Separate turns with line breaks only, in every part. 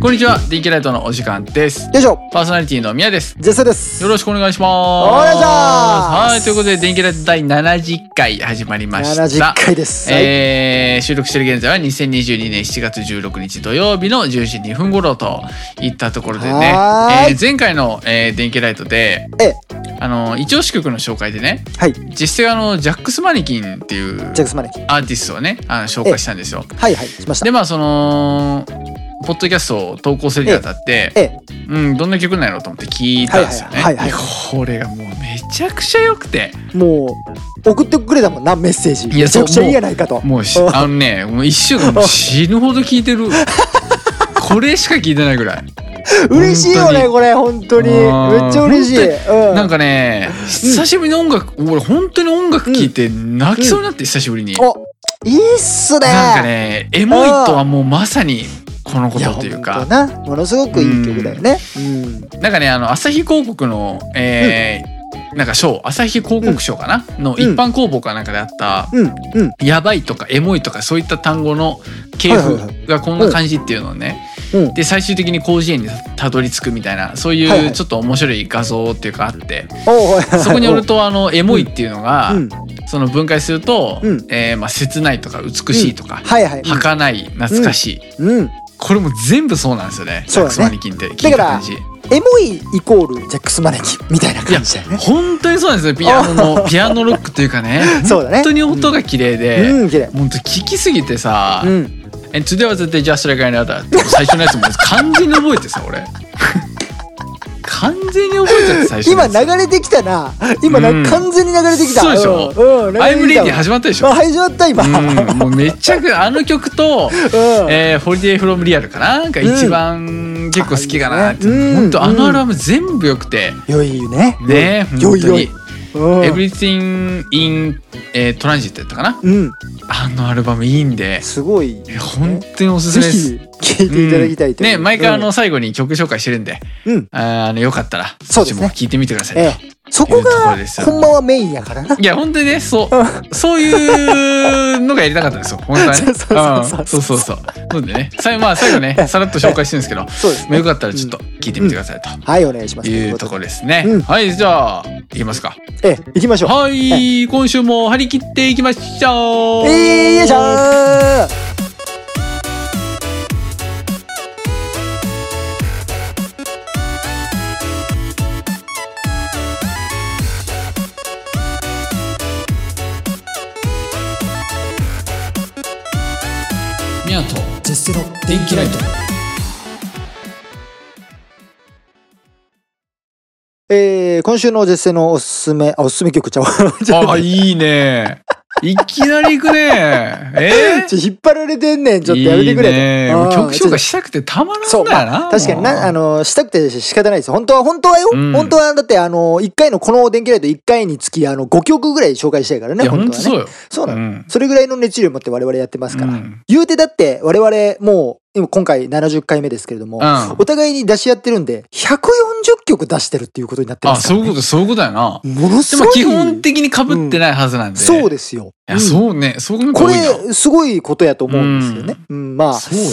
こんにちは DK ライトのお時間です
よいしょ
パーソナリティの宮です
ジェセです
よろしくお願いします
お願いします
はいということで電気ライト第70回始まりました
70回です、はい
えー収録している現在は2022年7月16日土曜日の10時2分頃といったところでね、
はーい
えー前回の、えー電気ライトで
ええ
あの一押し曲の紹介でね
はい
実際あのジャックス・マニキンっていう
ジャックスマネキ
アーティストをねあの紹介したんですよ。
はいはいしました
でまあそのポッドキャストを投稿するにあたって、
ええ
うん、どんな曲なんやろうと思って聞いたんですよね。
はいはいはいはい
これがもうめちゃくちゃ良くて
もう送ってくれたもんなメッセージ
いや
めちゃくちゃ
そうもう
いいやないかと
もうしあのねもう1週間もう死ぬほど聞い てるこれしか聞いてないぐらい。
嬉しいよねこれ本当に
う
め
ん
っちゃ嬉しいうん
なんかね久しぶりに音楽、俺本当に音楽聴いて泣きそうになって久しぶりに。
おいいっすね
なんかねエモいとはもうまさにこのことという
や
か
本当なものすごくいい曲だよねうん
なんかねあの朝日広告のえーなんか賞朝日広告賞かな、の一般公募かなんかであった、
うんうん
やばいとかエモいとかそういった単語の系
はいはいは
譜がこんな感じっていうのをね、
うん
で最終的に広辞苑にたたどり着くみたいなそう
はい
い
は
う
い
ちょっと面白い画像っていうかあって、
おう
そこによるとあのエモいっていうのが、
うん
その分解すると、
うん
えーまあ、切ないとか美しいとか、
はいはい
儚い懐かしい、
うん
これも全部そうなんですよね。ジャ
そうだね
ックスマネキンって聞いた感じ。
エモいイコールジャックスマネキンみたいな感じだよね
本当にそうなんですよ。ピアノのピアノロックというかね。
そうだね
本当に音が綺麗で。
うん綺麗
本当聞きすぎてさ「
うん
え Today は絶対 Just Like Another」って最初のやつも完全に覚えてさ俺完全に覚えちゃって最初の
今
やつ
流れてきたな今な、
うん
完全に流れてきた
そうでしょ
うん、うん、
「I'm Ready」始
まっ
まったでし
あ
ょ
始まった今、うん
うんもうめちゃくあの曲と「えー、Holiday from Real」かななんか一番結構好きかなって、
うん
本当あのアルバム全部良くて、
良いね
ね本
良
当
い良
に
い、うん、
Everything in、えー、Transit やったかな
うん、
あのアルバムいいんです
ごい
え本当におすす
ぜ
めです
ひ聴いていただきたいと
うん
い
ね
う、
毎回あ
うん
の最後に曲紹介してるんで、
うん
あーあのよかったら
そうですね
こっちも聞いてみてください、
ええそこ
というところ
が
ですよ
ほんまはメインやからない
や本当にねそうそういうのがやりたかったんですよ本当は
そう
ねうんそ
そうそう
うそうそうなんでね最後まあ最後ねさらっと紹介してるんですけど、
そうです
まあ、よ
ね
かったらちょっと聞いてみてくださいと。
はいお願いします
いうところですね。
うん
はい、じゃあ、いきますか。
ええ行きましょう
はい、今週も張り切っていきましょう。
ええよいしょー
宮と
絶世の
電気ライト。
えー、今週の絶世のおすすめあおすすめ曲ちゃうちょっと
ああ、いいね。いきなり行くね。え
ちょ引っ張られてんねん
ー、
ちょっとやめてくれ
いいね。もう
うん
曲紹介したくてたまらん
そう、
だよ
ま
な。
あ、確かにな、あ
の、
の、したくて仕方ないです。本当は、本当はよ。
うん
本当は、だって、あの、1回のこの電気ライト1回につき、あの、5曲ぐらい紹介したいから
い
ね、
や、ほん
本
と
当はね。
そうよ。
そうなの。
ん。
それぐらいの熱量持って我々やってますから。
うん
言うてだって、我々、もう、今今回70回目ですけれども、
うん
お互いに出し合ってるんで、140曲出してるっていうことになってま
あ、
すか
そう
ら、
いう
ね。
こと、そういうことやな。
もの
で
すご
も
い。
基本的に被ってないはずなんで。
そう
い
ですよ。
や、
うん
そうね。そういうこと
こ
多いな。
れ、すごいことやと思うんですよね。うん、まあ、
そうよ。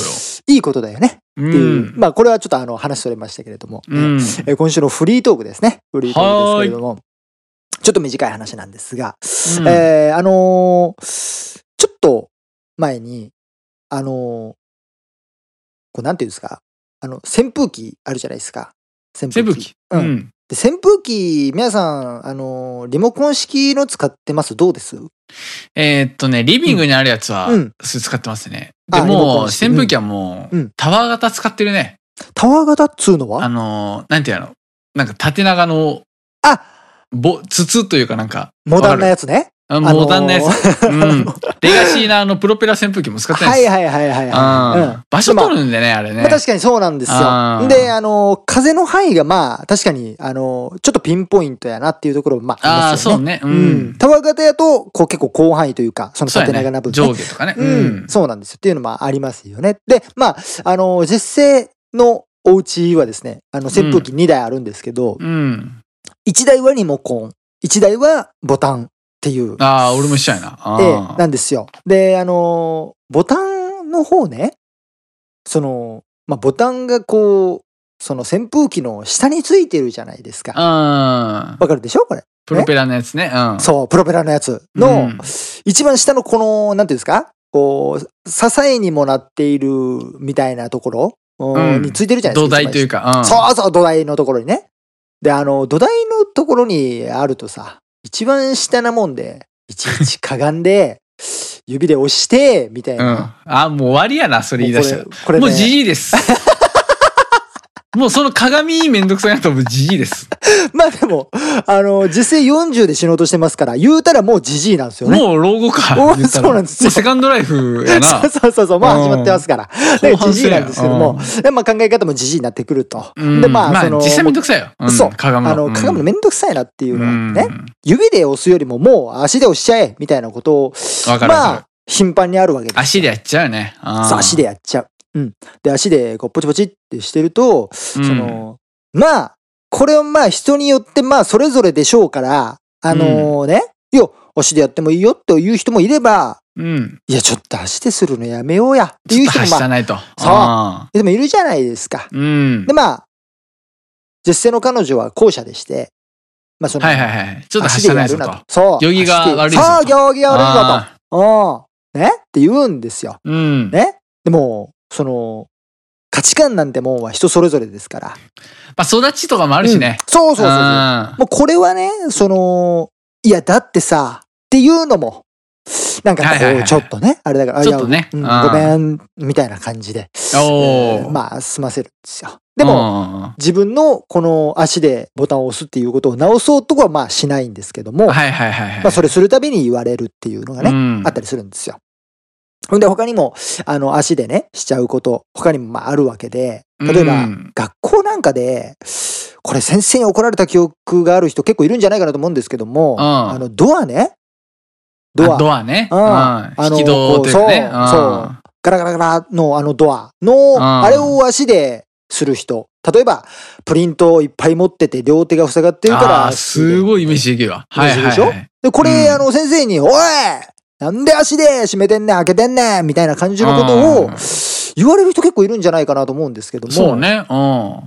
いいことだよね。
う。
っていうんまあ、これはちょっとあの、話それましたけれども。
うん。
えー今週のフリートークですね。フリートークですけれども、ちょっと短い話なんですが、
うん
えーあのーちょっと前に、あのーこうなんていうんですか、あの、扇風機あるじゃないですか。扇
セブキ。
う
うんん。
で扇風機、皆さん、あのーリモコン式の使ってますどうです
えーっとね、リビングにあるやつは
うん、
それ使ってますね。
あ
で
リモ
も
コ
う、
ンして
扇風機はも
う、
うんタワー型使ってるね。
タワー型っつうの
あ
は
のー、なんていうのなんか縦長の、
あ
ぼ、筒というかなんか、
モダンなやつね。
あ
あのー
モダンなやつ。 うん。レガシーなあの、プロペラ扇風機も使ってな
はいい
です。
はいはいはいはい。うん
うん。場所取るんでね、あれね
まあ、。確かにそうなんですよ
あー。
で、あの、風の範囲がまあ、確かに、あの、ちょっとピンポイントやなっていうところもまあ、
あ
あ
あ、
ります
そ
よ
う
ね。
ね。う
うんん。。タワー型やと、こう結構広範囲というか、その
そう
縦
や
長な
ね
分、。ね。
上下とかね。う
うん
ん。。
そうなんですよ。っていうのもありますよね。で、まあ、あの、実際のお家はですね、あの、扇風機2台あるんですけど、
うん。
1台はリモコン、1台はボタンっていう、
ああ、俺も一緒やな。あ
ええ
ー
なんですよ。で、あの、ボタンの方ね、その、まあ、ボタンがこう、その扇風機の下についてるじゃないですか。
ああ
わかるでしょこれ。
プロペラのやつねうん
そう、プロペラのやつ
う
の
ん、
一番下のこの、なんていうんですかこう、支えにもなっているみたいなところ、うん
うん
についてるじゃないです
土
か。
台という
か。
か、うん、
そうそう、土台のところにね。で、あの、土台のところにあるとさ、一番下なもんで、いちいちかがん で、指で押して、みた
う
い
ん、
な。
あーもう終わりやなそれ
も
言い
うこ
出したら
れ、これ
もう
ね、
じじいです。もうその鏡めんどくさいなと思うじじいです。
まあでも、あの、実際40で死のうとしてますから、言うたらもうじじいなんですよね。
もう老後か。 言っ
お
たら
そうなんですよ
もセカンドライフやな
そう。そうそうそう、まあ
うん
始まってますから。
後半
じじいなんですけども
戦、
でまあ考え方もじじいになってくると。
うん
で、まあ、
まあ
その、
実際めんどくさいよ。ん
そう
鏡
あの、鏡の
めん
めんどくさいなっていうのはね、
うん
指で押すよりももう足で押しちゃえ、みたいなことを、
わかるわ
ま
かる
あ、頻繁にあるわけです。
足でやっちゃうね。あー
そう足でやっちゃう。うん。で、足でこうポチポチってしてると、
うん
その、まあ、これはまあ人によってまあそれぞれでしょうから、あのね、いや、足でやってもいいよという人もいれば、
うん。
いや、ちょっと足でするのやめようやって
ち
い
ょ
う
っと
人も
走
ま
ら
あ、
ないと。
でもいるじゃないですか。
う。うん
で、。まあ、実際の彼女は後者でして、まあその、
はいはいはい。ちょっと走
足
ら
で
な
や
いぞ
る
と。
な
あ
と。そう。
行儀が
足で
悪いぞと
そう、行儀が悪いぞ
あ
と。うん。ねって言うんですよ。
ーうん。
ねでも、その、価値観なんてもんは人それぞれですから。
まあ育ちとかもあるしね。
うんそうそうそうそう。
あー
もうこれはね、その、いや、だってさ、っていうのも、なんかこ、
はいはいはいう
ちょっとね、あれだから、あ
ちょっとね
いや
あ
うん、ご
ー
めん、みたいな感じで、
お
えー
ー
まあ、済ませるんですよ。でも、
うん
自分のこの足でボタンを押すっていうことを直そうとはまあしないんですけども、
はいはいはいはい。
まあ、それするたびに言われるっていうのがね、
うん
あったりするんですよ。ほんで、他にも、あの、足でね、しちゃうこと、他にもまああるわけで、例えば、
うん
学校なんかで、これ先生に怒られた記憶がある人結構いるんじゃないかなと思うんですけども、
うん
あの、ドアね、ド
あ
ア、
ドアね。
うん
うん
あの
引き戸というかね。
こうそう
うん
ガラガラガラのあのドア
う
の、
ん
あれを足でする人。例えば、プリントをいっぱい持ってて両手が塞がってるから、
あーすごいイメージできるわ。
イメージでしょ
はいはいはい
で、これ、
うん
あの、先生に、おいなんで足で閉めてんねん開けてんねんみたいな感じのこと
う
を
ん
言われる人結構いるんじゃないかなと思うんですけども。
そう。ね。う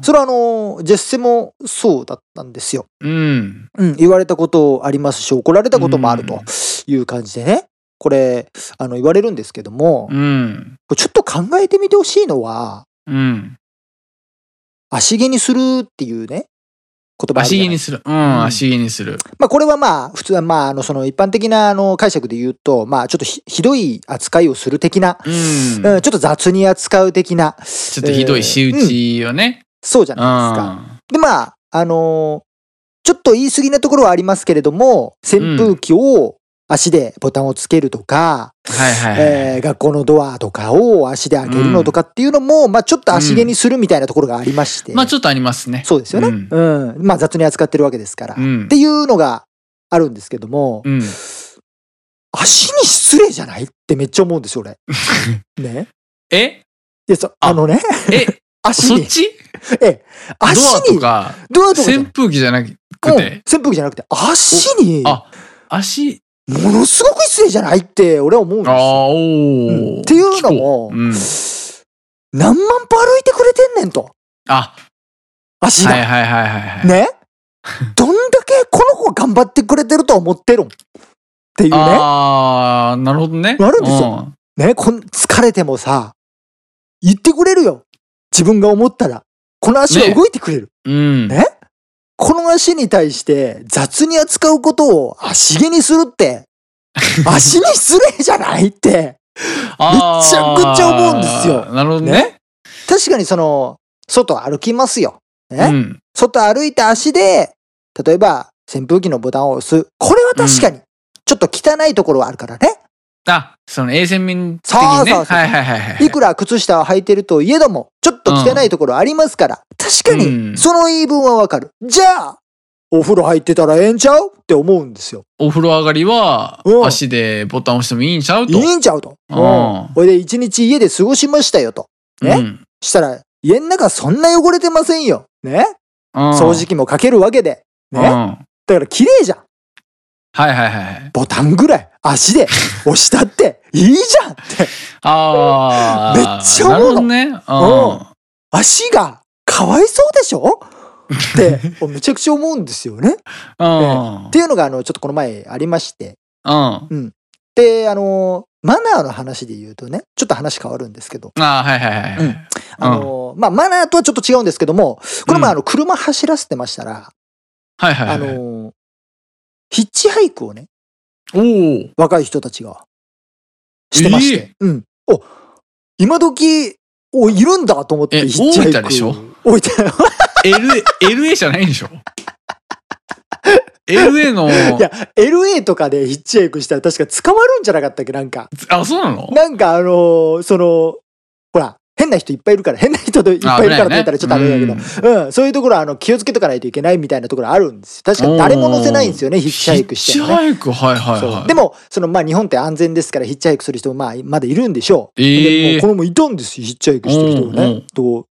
それはあの、ジェッセもそうだったんですよ。
ん。うん。
うん、言われたことありますし、怒られたこともある
う
と
ん
いう感じでね。これ、あの、言われるんですけども、
うん。
これちょっと考えてみてほしいのは、
うん。
足毛にするっていうね、言葉ある
足
じゃ
毛
ない
にする。うん。
ん
足毛にする。
まあこれはまあ普通はまああのその一般的なあの解釈で言うとまあちょっとひひどい扱いをする的な、
うん。
うんちょっと雑に扱う的な
ちょっとひどい仕打ちをね。
そうじゃ
うん。
ないですか。でまああのーちょっと言い過ぎなところはありますけれども扇風機を足でボタンをつけるとか、
はいはいはい。
えー学校のドアとかを足で開けるのとかっていうのも、まあちょっと足毛にするみたいなところがありまして、
まあちょっとありますね。
そうですよね、
うん
うんまあ雑に扱ってるわけですから、
う
っ
ん
て。いうのがあるんですけども、
うん。
足に失礼じゃないってめっちゃ思うんです よ、俺。ね。
え
いや、そ
あ
あのね、
え
足
そっ
に、
ち
ええ、
ド
足
アと
に、
か
ドアとかじゃ
扇
な
風機じゃなく
く
て。
扇風機じゃなくて、足に、
お
も
あ足。
のすごく失礼じゃないって俺は思うんです
あ
よ。
あ、お
うん
ー
っていうの
聞
も、
こううん
何万歩歩いてくれてんねんと、
あ、
足が。
はいはいはいはいはい。
ね。 どんだけこの子頑張ってくれてると思ってるんっていうね。
ああ、なるほどね。
なるんです
よ。
ね、こん疲れてもさ、言ってくれるよ。自分が思ったら。この足が動いてくれる。
うん。
ねこの足に対して雑に扱うことを足毛にするって、足に失礼じゃないって。
あー
めちゃくちゃ思うんですよ
なるほどね。
ね確かにその、外歩きますよ。ね
うん、
外歩いた足で、例えば扇風機のボタンを押す。これは確かに、ちょっと汚いところはあるからね。
あ、その衛生面的
そう
にね。
そうそう
はいはいはいはい。
いくら靴下を履いてるといえども、ちょっと汚いところありますから、確か
う
に
ん
その言い分はわかる。じゃあ、お風呂入ってたらええんちゃうって思うんですよ。
お風呂上がりは
うん
足でボタン押してもいいんちゃう
い
と。
いんちゃうと。
う
うんん。これで一日家で過ごしましたよと。ね
うん
したら、家の中そんな汚れてませんよ。ね。
うん
掃除機もかけるわけで。
う
ね。
ん
だから綺麗じゃん。
はいはいはいはい。
ボタンぐらい足で押したっていいじゃんって。
ああ。
めっちゃ思うの
なるほどね。
足がかわいそうでしょって、もうめちゃくちゃ思うんですよ ね。
うん
っていうのが、あの、ちょっとこの前ありまして。
うん
で、あの、マナーの話で言うとね、ちょっと話変わるんですけど、
ああはいはいはいはい、
うんあの、まあ、マナーとはちょっと違うんですけども、この前、
うん
あの、車走らせてましたら、
はいはいはい
あの、ヒッチハイクをね、
おー
若い人たちが、してまして。うん。お、今時、お、いるんだと思っ
え
て、ヒッチハイク。
大分でしょ
大分
LA, LA じゃないんでし ょ LA の
いや、LA とかでヒッチハイクしたら確か捕まるんじゃなかったっけなんか。
あそうなの
なんかあのーその、ほら、変な人いっぱいいるから、変な人といっぱいいるからって言ったらちょっとあれだけど、うん、そういうところはあの気をつけとかないといけないみたいなところあるんですよ。確かに誰も乗せないんですよね、ヒッチハイクして
ヒ
も
ッチ
ね。
ハイクはいはい
そ
は
う
い
でも、そのまあ日本って安全ですからヒッチハイクする人もまあまだいるんでしょう。
え
でもう
え
このもいたんですよ、ヒッチハイクしてる人も
うんうん
ね。と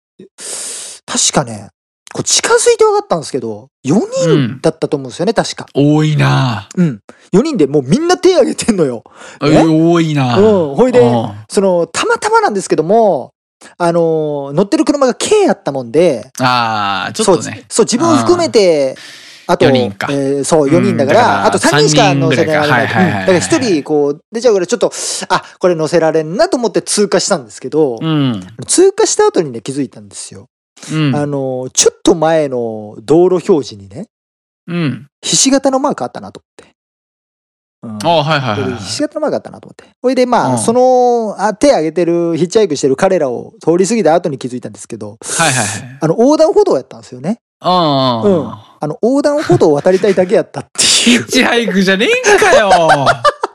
確かね、こう近づいて分かったんですけど、4人だったと思うんですよね、確か。
多いな
うん。4人でもうみんな手挙げてんのよ。
え
ね
多いな
うんほいで
うん
その、たまたまなんですけども、あのー、乗ってる車が K やったもんで、
ああちょっとね
そう、そう自分含めて、あと、
四人か
えーそう、4人だか
う
ら、
んだから
あと3人しか乗せられない。
三人ぐらいかはいはいはいはい
うんだから1人、こう、出ちゃうから、ちょっと、あ、これ乗せられんなと思って通過したんですけど、
うん
通過した後にね、気づいたんですよ。
うん
あのー、ちょっと前の道路表示にね、
うん
ひし形のマークあったなと思って。うん
ああはいはいはい
でひし形のマークあったなと思って。ほいで、まあ、
うん
その、あ手挙げてる、ヒッチハイクしてる彼らを通り過ぎた後に気づいたんですけど、
はいはい
あの、横断歩道やったんですよね。
はいうんうん
あの、横断歩道を渡りたいだけやったって
ヒ
いう、っ
ッチハイクじゃねえんか よ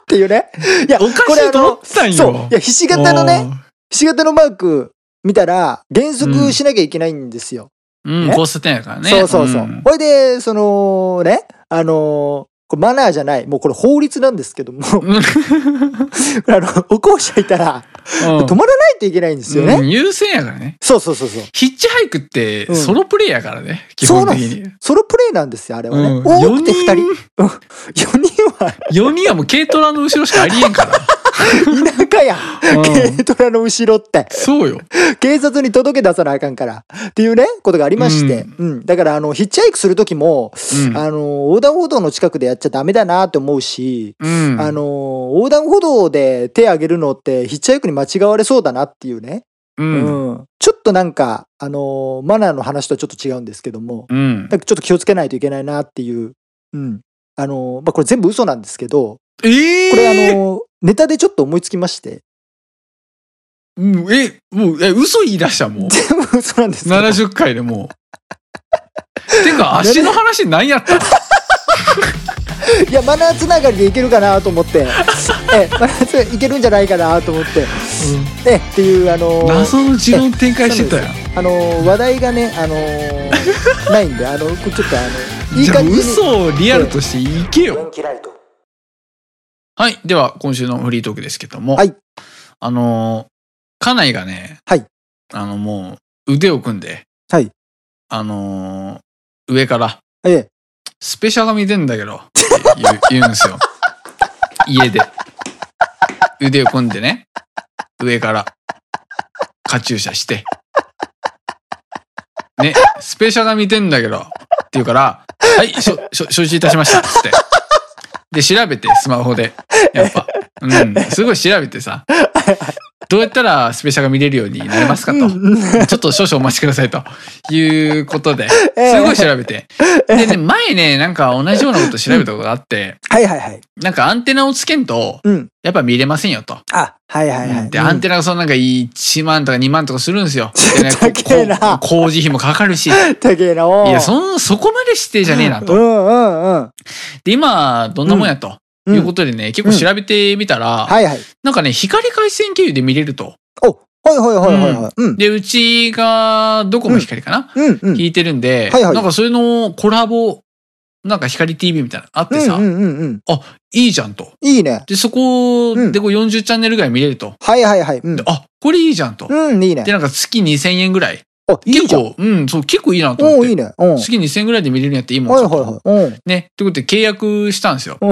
てい うね。いや、
おかしいと思ったんよ
そう。いや、ひし形のね、ひし形のマーク見たら、減速しなきゃいけないんですよ。
うんうん
ね
交差点やからね
そうそうそう。
ん
ほいで、その、ね、あのーこれマナーじゃない。もうこれ法律なんですけども、こ
う ん
れ あの、歩行者いたら、
うん
止まらないといけないんですよね。
うん優先やからね
そうそうそうそう。
ヒッチハイクって
うん
ソロプレイやからね、基
そう
本
なん
的
です
に。
ソロプレイなんですよ、あれはね。
うん
多くて2人。
四
4人は
4人はもう軽トラの後ろしかありえんから。
田舎や。
うん
軽トラの後ろって。
そうよ。
警察に届け出さなあかんから。っていうね、ことがありまして。うん。だから、あの、ヒッチハイクする時も、
うん
あの、横断歩道の近くでやっちゃダメだなって思うし、
うん。
あの、横断歩道で手挙げるのって、ヒッチハイクに間違われそうだなっていうね。
うん。
うんちょっとなんか、あの、マナーの話とはちょっと違うんですけども、
うん。
なんかちょっと気をつけないといけないなっていう。うん。あの、まあ、これ全部嘘なんですけど、
えー、
これあの、ネタでちょっと思いつきまして、
うんえ、もう、え、嘘言い出した もう。
全部嘘なんですけど。
70回で もう。てか、足の話何やった
いや、マナーつながりでいけるかなと 思って、ええ、マナーつながりいけるんじゃないかなと思って、ええ、っていう、あの、
謎の持論展開してたやん。
あの、話題がね、あの、ないんで、あの、これちょっとあの、いい
じゃあ、
感じに。
嘘をリアルとしていけよ。
ンキライト。
はい。では、今週のフリートークですけども。
はい
あのー、家内がね、
はい
あの、もう、腕を組んで、
はい
あのー、上から、
ええ、
スペシャルが見てんだけど、って言う言うんですよ。家で。腕を組んでね、上から、カチューシャして。ね、スペシャルが見てんだけど、って言うから、はい、しょ、しょ承知いたしました、つって。で、調べて、スマホで。やっぱ。うん、すごい調べてさ。どうやったらスペシャルが見れるようになりますかと。
うん
ちょっと少々お待ちくださいということで、す
ええ
ごい調べ て。でね、前ね、なんか同じようなこと調べたことがあって、
はいはいはい。
なんかアンテナをつけんと、
うん。
やっぱ見れませんよと。
あ、はいはいはい。
で、アンテナがそのなんか1万とか2万とかするんです よ。でね、こ
高えな
こ工事費もかかるし。い
ナ。たけえな、 おう
や、そん、そこまでしてじゃねえな
う
と。
んうんうん。
で、今、どんなもんやと。
うん
いうことでね、結構調べてみたら、
はいはい。
なんかね、光回線経由で見れると。
お、はいはいはいはいはい。うん。
で、うちが、どこも光かな、
うんうん。
聞いてるんで、
はいはい
なんかそれのコラボ、なんか光 TV みたいなのあってさ、
うんうんうんうん。
いいじゃんと。
いいね。
で、そこでこう40チャンネルぐらい見れると。
はいはいはい。うん
で。あ、これいいじゃんと。
うん、いいね
で、。なんか月2000円ぐらい。
あ、いい
結
じゃん。
構、うん、そう、結構いいなと思っ
お
て。
いいね。うん。
月2000円ぐらいで見れるんやっていいもん
はい
ちょっと
はいはい。
ね。ってことで契約したんですよ。
う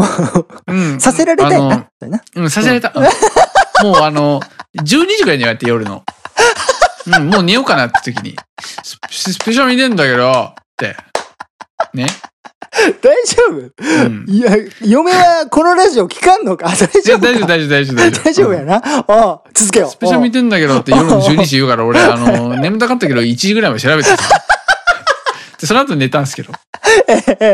ん。
うん。
させられたい
あの
な。だよな
うん、させられた。もうあの、12時ぐらいにやって夜の。うん、もう寝ようかなって時に、ススペシャル見てんだけど、って。ね。
大丈夫
うん。
いや、嫁はこのラジオ聞かんのかあ大
い
丈
や、
夫か
大丈夫、大丈夫、大丈夫、
大丈夫やな。ああ、続けよう。
スペシャル見てんだけどって夜の12時言うから、俺、あ の、眠たかったけど1時ぐらいまで調べてた。で、その後寝たんですけど。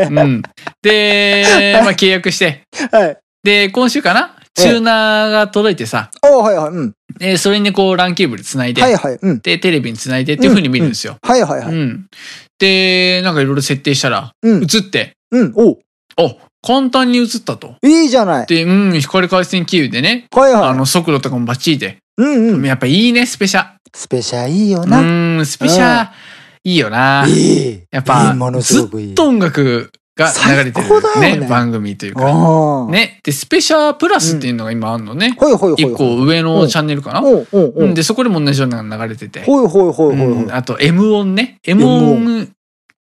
うん。で、まあ契約して。
うん はい。
で、今週かな
ええ
チューナーが届いてさ、
おはいはい。うん。
でそれにこうランケーブル繋いで、
はいはい。うん。
で、テレビに繋いでっていう風に見るんですよ。
はいはい
うん。
はい。
で、なんかいろいろ設定したら、
うん。
映って、
うん。おう
お簡単に映ったと。
いいじゃない。
で、うん、光回線キーでね、
はい
あ
はい。
の、速度とかもバッチリで。
うんうん。
やっぱいいね、スペシャ。
スペシャルいいよ
う
な。
ーん、スペシャ、いいよな。
い
ず
い。
やっぱ
いいものすごくいい。
っと音楽が流れてる
最高だよ
ね、
ね
番組というか。
ああ。。
ね。で、スペシャプラスっていうのが今あるのね。
ほいほいほい。
一個上のチャンネルかな。
おうおうお
う、。
うん
で、そこでも同じようなのが流れてて。
ほいほいほいほいほ
う
い
ん。あと、M 音ね。M 音。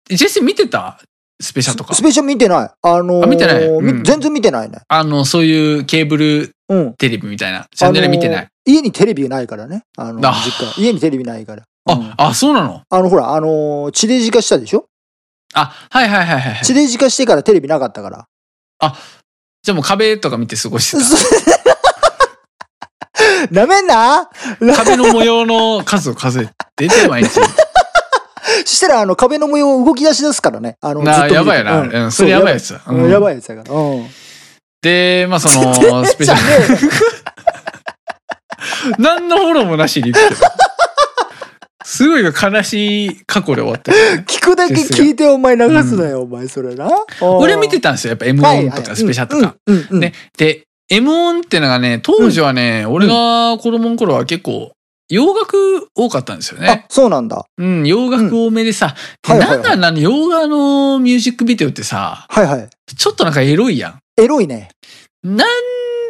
ジェス見てたスペシャとか
ス。ペシャル見てない。あのー
あ見てない
み
うん
全然見てないね。
あの、そういうケーブル
うん。
テレビみたいな。チャンネル見てない。
家にテレビないからね。あの、
あ
実家。家にテレビないから。うん
あ、あ、そうなの
あの、ほら、あのー、地デジ化したでしょ
あ、はいはいはいはいはい。
地デジ化してからテレビなかっ たから。
じゃあもう壁とか見て過ごして た。
なめんな
壁の模様の数を数えてて、毎日。
そしたら、あの、壁の模様動き出しですからね。あの、ずっ
な
と見て
やばいな。
うん
うん、それやばいやつだ。
うん
うん
やばいやつだから。うん。
で、まあそ の、スペ
じ
シ
ゃね
ャル。何のフォローもなしに言 ってた。すごい悲しい過去で終わってる。
えよ聞くだけ聞いて、お前流すなよ、お前、それな。
俺見て
た
たんですよ。やっぱ M 音とかスペシャルとか。。
うんうんうんうん
ね。で、M 音ってのがね、当時はね、俺が子供の頃は結構、洋楽多かったんですよ
あ
ね。、
そうなんだ。
うん、洋楽多めでさ。
うん
で
はいはい
なんだな
はい
の洋画のミュージックビデオってさ、
はいはい。
ちょっとなんかエロいやん。
エロいね。
なん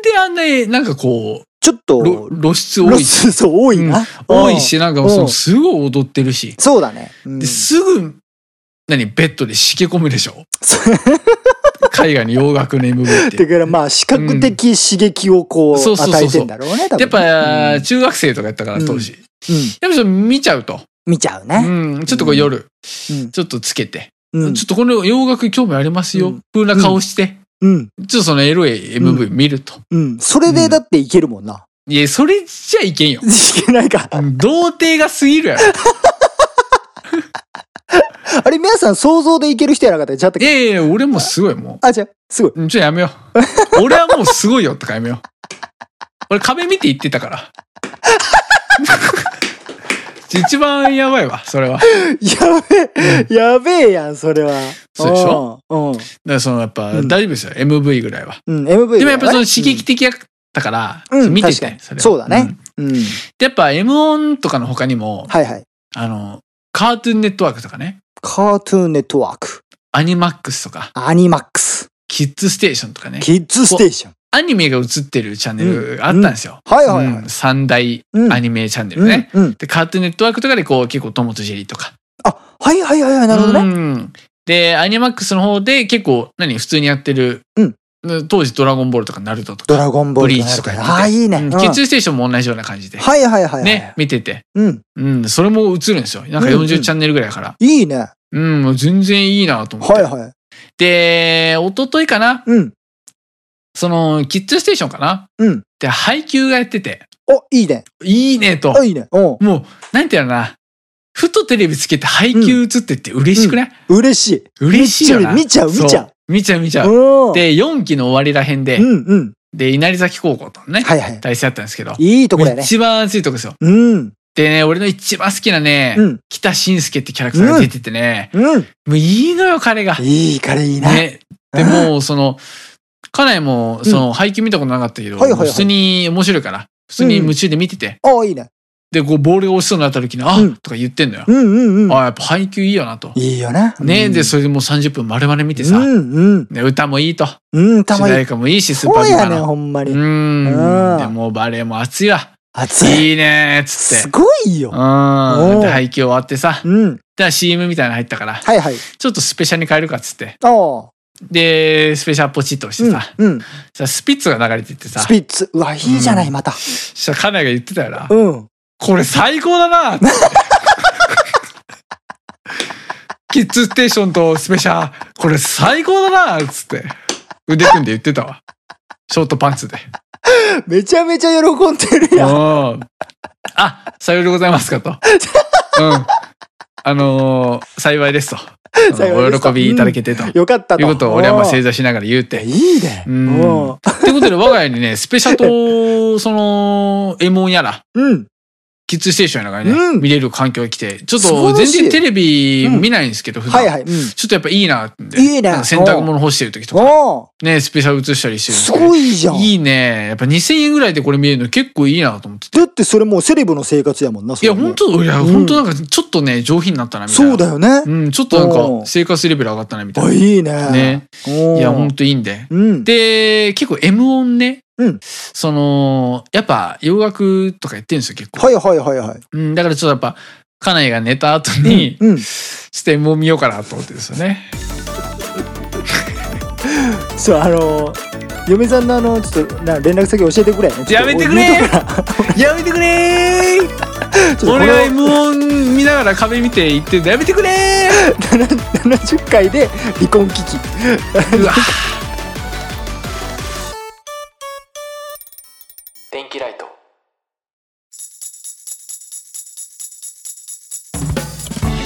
であんな、なんかこ
ちょっと
う、、露露出多
ロ
いし、
ス、そう、多いな。
多いし、なんかそうの
ん
すごい踊ってるし、
そうだね。うん
ですぐ、何、ベッドでしけ込むでし ょ海外の洋楽の MV って
だ。 からまあ視覚的刺激をこう
そうそうそうそう
与えてんだろうね。多分
やっぱ、
うん
中学生とかやったから当時。
うん
やっぱそれ見ちゃうと。
見ちゃうね。
うん、ちょっとこう夜、
うん
ちょっとつけて、
うん
ちょっとこの洋楽興味ありますよ、
うん
風な顔して、
うん
ちょっとそのエロい MV 見ると。
うん。それでだっていけるもんな。
いや、それじゃいけんよ。
いけないか。
童貞が過ぎるやろ。
あれ皆さん想像でいける人やなかったらちゃっと
い。やいやいや、俺もすごいも
あ、じゃすごい。
う。うんちょ、やめよ う。俺はもうすごいよとかやめよう。俺壁見て言ってたから。一番やばいわ、それは。だか
やべえ、やべえやん、それは。
そうでしょ
うんうん。
らそのやっぱ
う
大
ん
丈夫ですよ、MV ぐらいは。
うん、MV。
でもやっぱその刺激的やったから、
うん
見て
確か
て
に、
れは
そうだね
ん
うん。うん。
でやっぱ M 音とかの他にも、
はいはい。
あの、カートゥーンネットワークとかね、
カートゥーンネットワーク。
アニマックスとか、
アニマックス。
キッズステーションとかね、
キッズステーション。
アニメが映ってるチャンネルがあったんですよ。
はい
うん
はいはい。
三大
うん
アニメチャンネル
う
ね。
ん。うん。
で、カートゥーンネットワークとかでこう結構トムとジェリーとか。
あ、はいはいはいはい、なるほどね。
うんで、アニマックスの方で結構何普通にやってる、
うん
当時ドラゴンボールとかナルトと
ド
か、
ラゴンボールなる
ブリーチとかやってて
ああ、いいね。
う
うんん
キッズステーションも同じような感じで、
はいはいはい。
ね、。見てて。
うん。
うん、それも映るんですよ。なんか
うんうん
40チャンネルぐらいだから。
いいね。は
うん、もう全然いいなと思って。
いはい。
で、一昨日かな
うん。
その、キッズステーションかな
うん。
で、配給がやってて、
お、いいね。
いいねと
お、。いいね。うん。
もう、なんていうのかな。ふとテレビつけて配給映ってって嬉しくない、
嬉しい。
嬉しいよな。
見ちゃう見ちゃう
そ見ちゃう見ちゃう。
うん。
で、4期の終わりらへんで
う、んうん。
で、稲荷崎高校とのね、
はいはい。
対戦あったんですけど、
いいとこだよね。
一番熱いとこですよ。
うん。
でね、俺の一番好きなね、
うん。
北信介ってキャラクターが出ててね、
うん。
もういいのよ、彼が。
いい彼いいな。
ね。で、もう、その、家内も、その、配給見たことなかったけど、
はいはいはい
普通に面白いから、普通に夢中で見てて、
お、いいね。
で、こう、ボールが落ちそうになった時に、あ、
うん
とか言ってんのよ。
うんうんうん。
あ、やっぱ配給いいよなと。
いいよな。
ね、
うん
で、それでもう30分丸々見て
う
さ、
んうん。
ね、歌もいいと。
うん、た
主
ま
題
に。
歌もいいし、スーパ
そう
ード
や
ラ
ね、
の。
ほんま
う
に。
ー。
うんん
でもうバレエも熱いわ。
熱
い
い。
いねーっつっ
す
て。
ごいよ。
うん。
お
で、配給終わってさ、
うん。
で CM みたいなの入ったから、
はいはい。
ちょっとスペシャルに変えるかっつって。
お
で、スペシャルポチッと押して
うん
さ、。
うん。
さスピッツが流れてってさ
ス、ピッツ。うわ、いいじゃない、また。
そしたら家内が言ってたよな。
うん。
これ最高だなって。 キッズステーションとスペシャル、これ最高だなっつって、腕組んで言ってたわ。ショートパンツで。
めちゃめちゃ喜んでるやん。
おーあ、さようでございますか と。うん。あのー幸いですと。
幸いですと
お喜びいただけてと。
よかったと。
いうことを俺はまあ正
座。
座しながら言うて。
いいね。
う
うんん。
ってことで我が家にね、スペシャと、その、エモンやら、
うん。
キッズステーションやらがね、
うん
見れる環境が来て、ちょっ
素
と
晴ら
全
しい
然テレビ見ないんですけど、普段。
はいはい。うん。
ちょっとやっぱいいなって。
いいね
なんか洗濯物干してる時とか、
おー
ね、スペシャル映したりしてる
す
時
ごいじゃん。
いいね。やっぱ2000円ぐらいでこれ見れるの結構いいなと思ってて。
だってそれもうセレブの生活やもんな。そ
い
れ
や、
も
本当いや、
うん
本当なんかちょっとね、上品になったな、みたいな。
そうだよね。
うん、ちょっとなん
お
か
う
生活レベル上がったな、みた
あ、
い
いい
な。ね。
ね。おー。
いや、本当いいんで。
うん。
で、結構 M 音ね。
うん
その、やっぱ洋楽とかやってるんですよ、結構。
はいはいはいはい。
うん、だからちょっとやっぱ、家内が寝た後に、
うん。
ちょっと M 音見ようかなと思ってるんですよね。
そう、あのー、嫁さんのあの、ちょっと、な連絡先教えてくれ。ちょっと
やめてくれ
俺見とくか
やめてくれー
らちょっとこ
俺は
れを
M 音見ながら壁見て言ってんだやめてくれー
70回で離婚危機。
うわ
電気ライト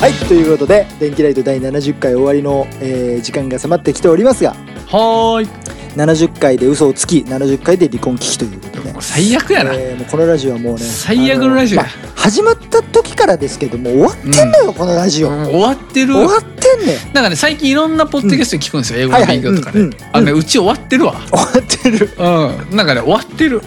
はい、ということで、電気ライト第70回終わりの、えー時間が迫ってきておりますが、
はーい。
70回で嘘をつき、70回で離婚危機ということで
もう。最悪やな。
えーもうこのラジオはもうね
最悪のラジオ
あのまあ始まった時からですけども終わってんのよ、このラジオ、
終わってる。
終
なん
わってんねん
かね、最近いろんなポッドキャスト聞くんですよ。英語の勉強とか
は
ね
いはいうんう。ん
あのね、うち終わってるわ。
終わってる
うん。なんかね、終わってる。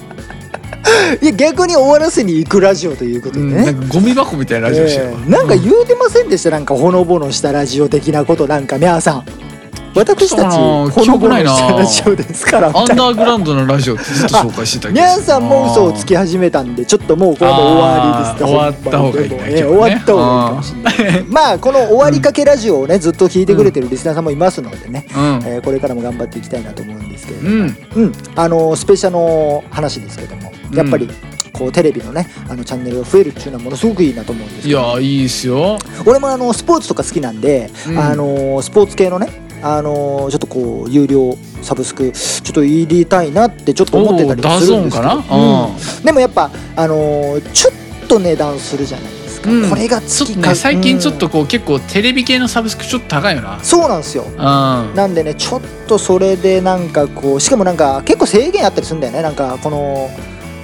いや逆に終わらせに行くラジオということ
う
で
ん
ね、
なんかゴミ箱みたいなラジオしてる
え
わ。
ーなんか言うてませんでしたなんかほのぼのしたラジオ的なことなんかみゃーさん私たち
そう
ほの
記
ぼの
憶ないな
したラジオですからみ
アン
たいな
ダーグラウンドのラジオってずっと紹介してたけ
み
ど。
ゃーさんも嘘をつ
き。
き始めたんでちょっともうこれも終わりですね
あー終わった方がいいね
ほんまにでも
今日
えー
はね
終わった方がいいかもしれないまあこの終わりかけラジオをねずっと聞いてくれてるリスナーさんもいますのでね、
うん。
えーこれからも頑張っていきたいなと思うんですけれども、
うん。
うんあのスペシャルの話ですけどもやっぱり、
う
こうテレビのねあのチャンネルが増えるっていうのはものすごくいいなと思うんです
い
けど
やー、いいっすよ。
俺もあのスポーツとか好きなんで、
うん
あのスポーツ系のねあのちょっとこう有料サブスクちょっと入りたいなってちょっと思ってたり
おー
もするんですけ
ダ
ど
ゾーンかな
うんでもやっぱあのちょっと値段するじゃないですか、
うん
これが
ちょっ
月
と
か
ね、最近ちょっ
う
とこう結構テレビ系のサブスクちょっと高いよ
んそうなんですよ
な。うん。
なんでねちょっとそれでなんかこうしかもなんか結構制限あったりするんだよねなんかこの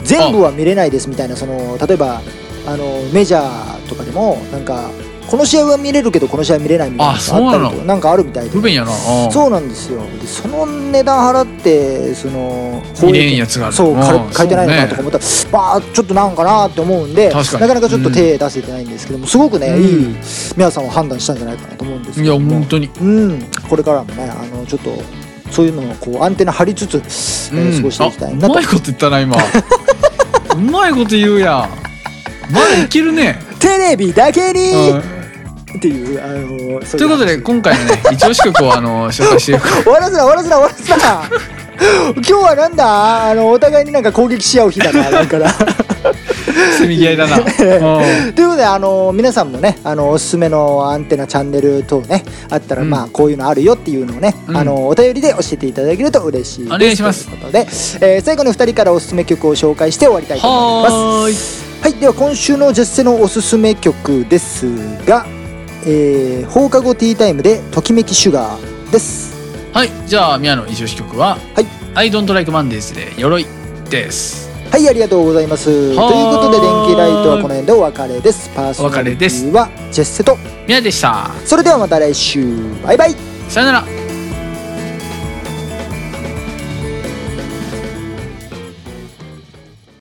全部は見れないですみたいなその例えばあのメジャーとかでもなんかこの試合は見れるけどこの試合は見れないみたいな
あ
のがあったり
そうな
とかなんかあるみたいで
不便やな。うん
そうなんですよでその値段払ってその
見れんやつがある
そ
う
う
ん
か書いてな
そ
いのか
う
な
ね
とか思ったら、まあちょっとなんかなって思うんで
確かに
なかなかちょっと手出せてないんですけども、すごくね、
うん
いい皆さんを判断したんじゃないかなと思うんですけ
いや、
ども
本当に。
うん、これからもね、あのちょっとそういうのをこうアンテナ張りつつ、えー過ごしていきたいな
あう
と。
まいこと言ったな今うまいこと言うやんまだいけるね、
テレビだけ
う
に、
ん、
っていうあのそ
ということで今回のね一押し曲をあの紹介していこ
終わらせな終わらせな終わらせな。 今日はなんだあのお互いになんか攻撃し合う日 だなだから。
うせめぎ合いだ な、うん
ということであの皆さんもねあのおすすめのアンテナチャンネル等ねあったら、
うん
まあこういうのあるよっていうのをね、
うん
あのお便りで教えていただけると嬉しいです
お願いします
ということで、えー最後の2人からおすすめ曲を紹介して終わりたいと思います。
はーい
はい、では今週のジェスセのおすすめ曲ですが、えー放課後ティータイムでときめきシュガーです。
はいじゃあ宮の一押し曲は「
はい
I don't like Mondays」で「鎧」です
はい、ありがとうございます。という
はーい
ことで、電気ライトはこの辺でお別れです。パーソナリティはジェスセと。
宮でした
それではまた来週。バイバイ。
さよなら